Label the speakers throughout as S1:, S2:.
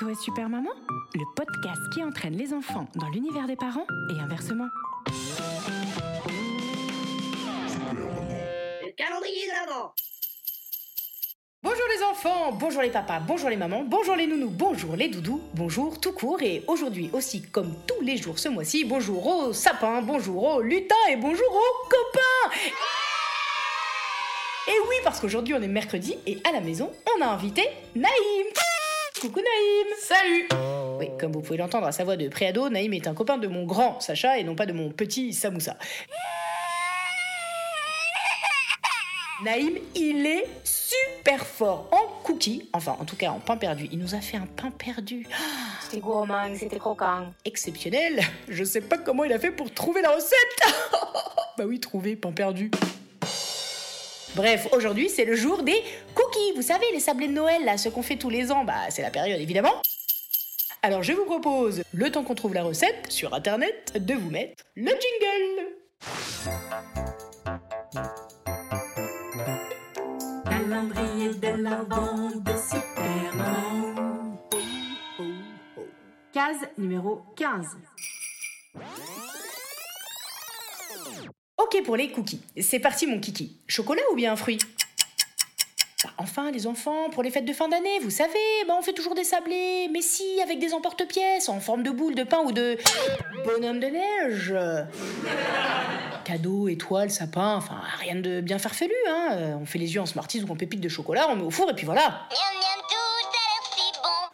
S1: SOS Super Maman, le podcast qui entraîne les enfants dans l'univers des parents et inversement.
S2: Le calendrier de l'Avent.
S3: Bonjour les enfants, bonjour les papas, bonjour les mamans, bonjour les nounous, bonjour les doudous, bonjour tout court et aujourd'hui aussi comme tous les jours ce mois-ci, bonjour au sapin, bonjour au lutin et bonjour aux copains Et oui parce qu'aujourd'hui on est mercredi et à la maison on a invité Naïm Coucou Naïm
S4: Salut
S3: Oui, comme vous pouvez l'entendre à sa voix de préado, Naïm est un copain de mon grand Sacha et non pas de mon petit Samoussa. Naïm, il est super fort en cookies, enfin en tout cas en pain perdu. Il nous a fait un pain perdu
S4: C'était gourmand, c'était croquant.
S3: exceptionnel. Je sais pas comment il a fait pour trouver la recette. bah oui, trouver, pain perdu. Bref, aujourd'hui c'est le jour des cookies. Vous savez, les sablés de Noël, là, ce qu'on fait tous les ans, bah c'est la période évidemment. Alors je vous propose, le temps qu'on trouve la recette sur internet, de vous mettre le jingle.
S1: Calendrier de l'Avent de Super Maman Case numéro 15
S3: Ok pour les cookies. C'est parti mon kiki. Chocolat ou bien un fruit Bah, Enfin les enfants, pour les fêtes de fin d'année, vous savez, bah, on fait toujours des sablés, mais si, avec des emporte-pièces, en forme de boule, de pain ou de... Bonhomme de neige Cadeau, étoile, sapin, enfin rien de bien farfelu, hein. Euh, On fait les yeux en smarties ou en pépites de chocolat, on met au four et puis voilà.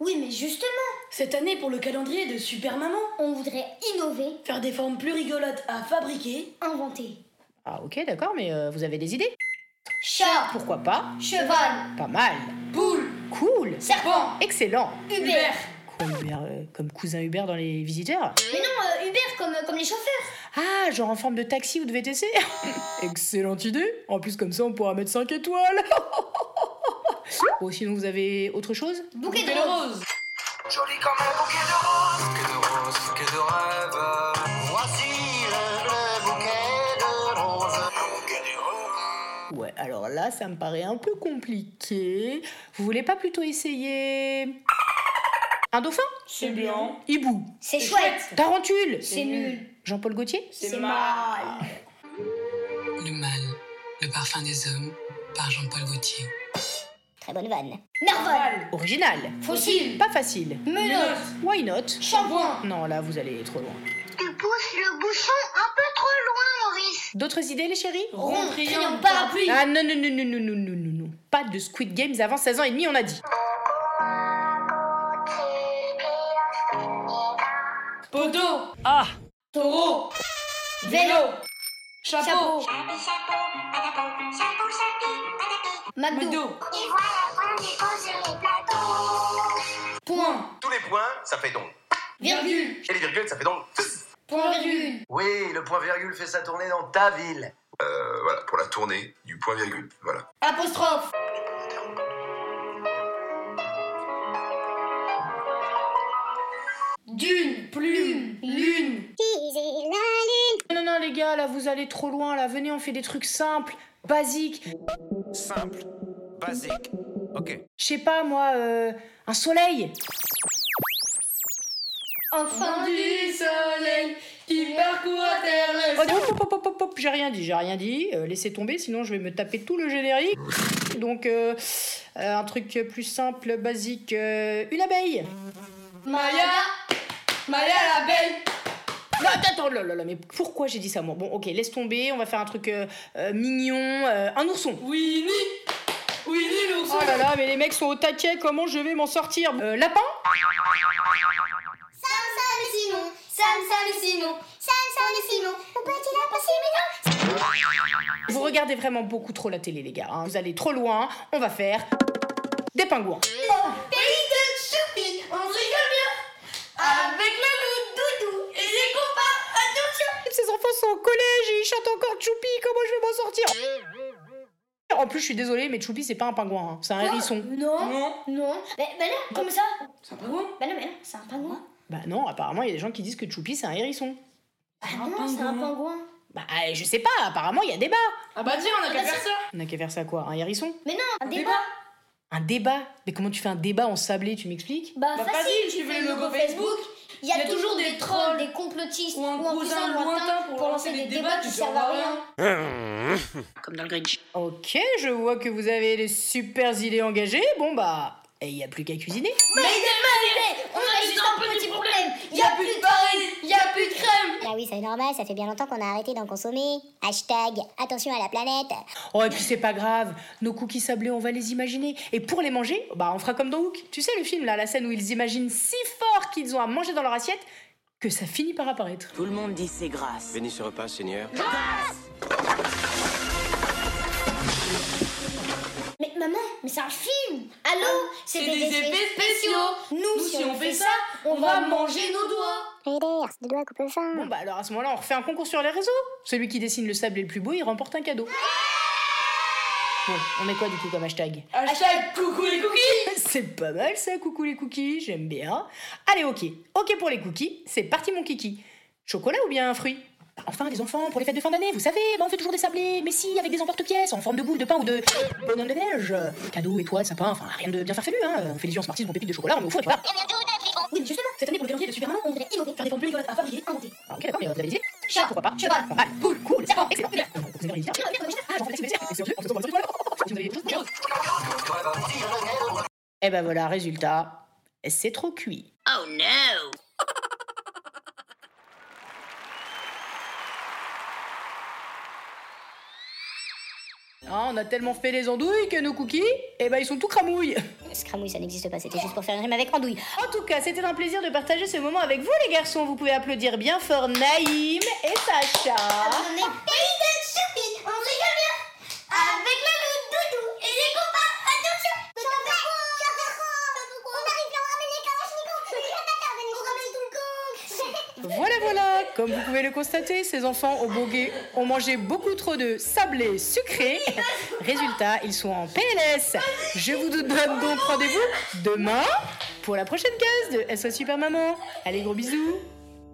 S5: Oui, mais justement,
S6: Cette année, pour le calendrier de Super Maman,
S5: on voudrait innover,
S6: faire des formes plus rigolotes à fabriquer.
S5: inventer.
S3: Ah ok, d'accord, mais euh, vous avez des idées
S5: Chat,
S3: Pourquoi pas
S5: cheval,
S3: Pas mal.
S6: Boule,
S3: Cool
S5: serpent,
S3: Excellent
S5: Hubert.
S3: Quoi, Hubert, euh, Comme cousin Hubert dans les visiteurs
S5: Mais non, euh, Hubert comme, comme les chauffeurs.
S3: Ah, genre en forme de taxi ou de VTC Excellente idée En plus, comme ça, on pourra mettre 5 étoiles Bon, sinon, vous avez autre chose
S5: Bouquet de roses.
S7: Joli comme un bouquet de roses, que de roses, que de rêves. Voici le, le bouquet de roses. Le bouquet de roses.
S3: Ouais, alors là, ça me paraît un peu compliqué. Vous voulez pas plutôt essayer... Un dauphin
S6: C'est bien.
S3: Hibou
S5: C'est chouette.
S3: Tarentule
S5: C'est nul.
S3: Jean-Paul Gaultier
S5: C'est mal.
S8: Le mal, le parfum des hommes, par Jean-Paul Gaultier.
S5: Très bonne vanne. Narval,
S3: Original
S5: Fossile.
S3: Pas facile
S5: Menottes.
S3: Why not
S5: shampoing.
S3: Non, là, vous allez trop loin.
S2: Tu pousses le bouchon un peu trop loin, Maurice.
S3: D'autres idées, les chéris
S5: Rond, triangle, parapluie.
S3: Ah non, non, non, non, non, non, non, non, non. Pas de Squid Games avant 16 ans et demi, on a dit.
S6: Poteau,
S3: Ah
S6: taureau,
S5: Vélo.
S6: chapeau,
S5: McDo.
S6: McDo,
S2: Et voilà, fin du pot sur les plateaux.
S6: point,
S7: Tous les points, ça fait donc.
S5: Virgule.
S7: Et les virgules, ça fait donc. fss.
S5: Point virgule.
S7: Oui, le point virgule fait sa tournée dans ta ville. Euh, voilà, pour la tournée du point virgule, voilà.
S5: Apostrophe.
S6: dune, plume, lune,
S3: Non, non, non, les gars, là, vous allez trop loin, là. Venez, on fait des trucs simples, basiques.
S9: Simple, basique. Ok.
S3: Je sais pas, moi, euh, un soleil.
S5: Enfin
S6: du soleil qui parcourt terre.
S3: Oh, hop, hop, hop, hop, hop, j'ai rien dit, j'ai rien dit. Euh, laissez tomber, sinon je vais me taper tout le générique. Donc, euh, euh, un truc plus simple, basique, euh, une abeille.
S6: Maya, Maya l'abeille,
S3: Non, attends, attends, là, là, là, mais pourquoi j'ai dit ça, moi Bon, ok, laisse tomber, on va faire un truc euh, euh, mignon, euh, un ourson.
S6: Winnie, Winnie l'ourson.
S3: Oh là là, mais les mecs sont au taquet, comment je vais m'en sortir Euh, Lapin
S5: Sam Sam et Simon. Sam Sam et Simon. Sam Sam et Simon. Au petit lapin, c'est mignon.
S3: Vous regardez vraiment beaucoup trop la télé, les gars. hein. Vous allez trop loin. On va faire des pingouins.
S5: Au Oh, pays de Choupi, on rigole bien. Avec le loup doudou et les copains. Attention.
S3: Ces enfants sont au collège et ils chantent encore Choupi. Comment je vais m'en sortir En plus, je suis désolée, mais Choupi, c'est pas un pingouin. hein. C'est un hérisson.
S5: Non, non. Mais, mais là, comme ça.
S6: C'est un pingouin
S5: Bah non, mais non, c'est un pingouin.
S3: Bah non, apparemment, il y a des gens qui disent que Choupi, c'est un hérisson.
S5: Bah non, c'est un pingouin.
S3: Bah, euh, je sais pas, apparemment, il y a débat.
S6: Ah bah dis, on a qu'à
S5: Bah,
S6: faire ça
S3: On a qu'à faire ça quoi Un hérisson
S5: Mais non, un débat.
S3: Un débat Mais comment tu fais un débat en sablé, tu m'expliques
S5: Bah,
S6: Bah,
S5: facile,
S6: facile,
S5: tu
S6: tu
S5: fais
S6: fais
S5: le
S6: le
S5: logo
S6: logo
S5: Facebook. Il y a toujours des trolls, des complotistes
S6: ou un cousin lointain pour lancer des débats qui servent à rien.
S4: Comme dans le Grinch.
S3: Ok, je vois que vous avez des super idées engagées. Bon bah, et il y a plus qu'à cuisiner.
S5: Mais demain, on a juste un petit problème. Il y a plus de farine, il y a plus de crème.
S10: Bah oui, c'est normal, ça fait bien longtemps qu'on a arrêté d'en consommer. Hashtag attention à la planète.
S3: Oh, et puis c'est pas grave, nos cookies sablés, on va les imaginer. Et pour les manger, bah on fera comme dans Hook. Tu sais le film là, la scène où ils imaginent si fort qu'ils ont à manger dans leur assiette que ça finit par apparaître.
S11: Tout le monde dit c'est grâce.
S9: Bénis ce repas, Seigneur.
S5: Mais maman, mais c'est un film. Allô, Ah, c'est des, effets spéciaux. Nous, si on fait ça, on va manger nos doigts.
S10: Allez, c'est doigts coupe fin.
S3: Bon bah alors à ce moment-là, on refait un concours sur les réseaux. Celui qui dessine le sablé le plus beau, il remporte un cadeau. Bon, on met quoi du coup comme hashtag
S6: Hashtag coucou les cookies
S3: C'est pas mal ça, coucou les cookies, j'aime bien. Allez, ok, ok pour les cookies, c'est parti mon kiki. Chocolat ou bien un fruit Bah, Enfin, les enfants, pour les fêtes de fin d'année, vous savez, bah, on fait toujours des sablés, mais si, avec des emporte-pièces, en forme de boule, de pain ou de bonhomme de neige. Cadeaux, étoiles, sapin, enfin rien de bien farfelu, hein. On fait les yeux en smarties, on pépites de chocolat, on met au four et puis voilà.
S10: Oui, justement, cette année pour le calendrier de Superman, on voudrait innover, faire des formes plus rigoles à fabriquer, inventer.
S3: Ah, ok, d'accord, mais euh, vous avez des idées Chat, pourquoi pas Cheval, pas mal, boule, cool, serpent, excellent, bien. Vous avez envie de dire Ah, j'en fais la CBC, excellent, on se retrouve dans le truc, voilà. Vous avez des choses Eh ben voilà, résultat, c'est trop cuit.
S4: Oh no!
S3: Ah, on a tellement fait les andouilles que nos cookies, eh ben ils sont tout cramouilles.
S10: Scramouille, ça n'existe pas, c'était juste pour faire une rime avec andouille.
S3: En tout cas, c'était un plaisir de partager ce moment avec vous les garçons. Vous pouvez applaudir bien fort Naïm et Sacha.
S5: On est au pays de Choupi, on rigole bien. Avec le loup doudou et les copains, attention. On arrive là, on ramène les kalachnikovs, les grenades, on ramène tout le coq.
S3: Voilà, voilà. Comme vous pouvez le constater, ces enfants au boguet ont mangé beaucoup trop de sablé sucré. Résultat, ils sont en PLS. Je vous donne donc rendez-vous demain pour la prochaine case de SOS Super Maman. Allez, gros bisous.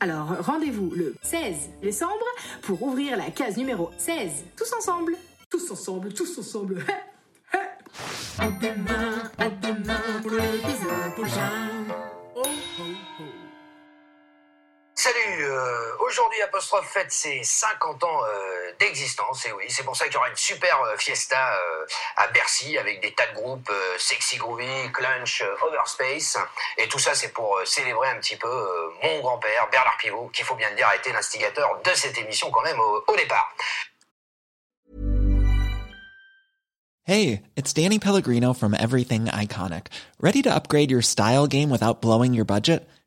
S12: Alors rendez-vous le 16 décembre pour ouvrir la case numéro 16. Tous ensemble Tous ensemble, tous ensemble À demain, à demain pour le bisou
S7: Salut, euh, aujourd'hui Apostrophe fête ses 50 ans euh, d'existence, et oui, c'est pour ça qu'il y aura une super euh, fiesta euh, à Bercy avec des tas de groupes euh, Sexy Groovy, Clunch, euh, Overspace, et tout ça c'est pour euh, célébrer un petit peu euh, mon grand-père, Bernard Pivot, qu'il faut bien le dire a été l'instigateur de cette émission quand même au- au départ.
S13: Hey, it's Danny Pellegrino from Everything Iconic. Ready to upgrade your style game without blowing your budget?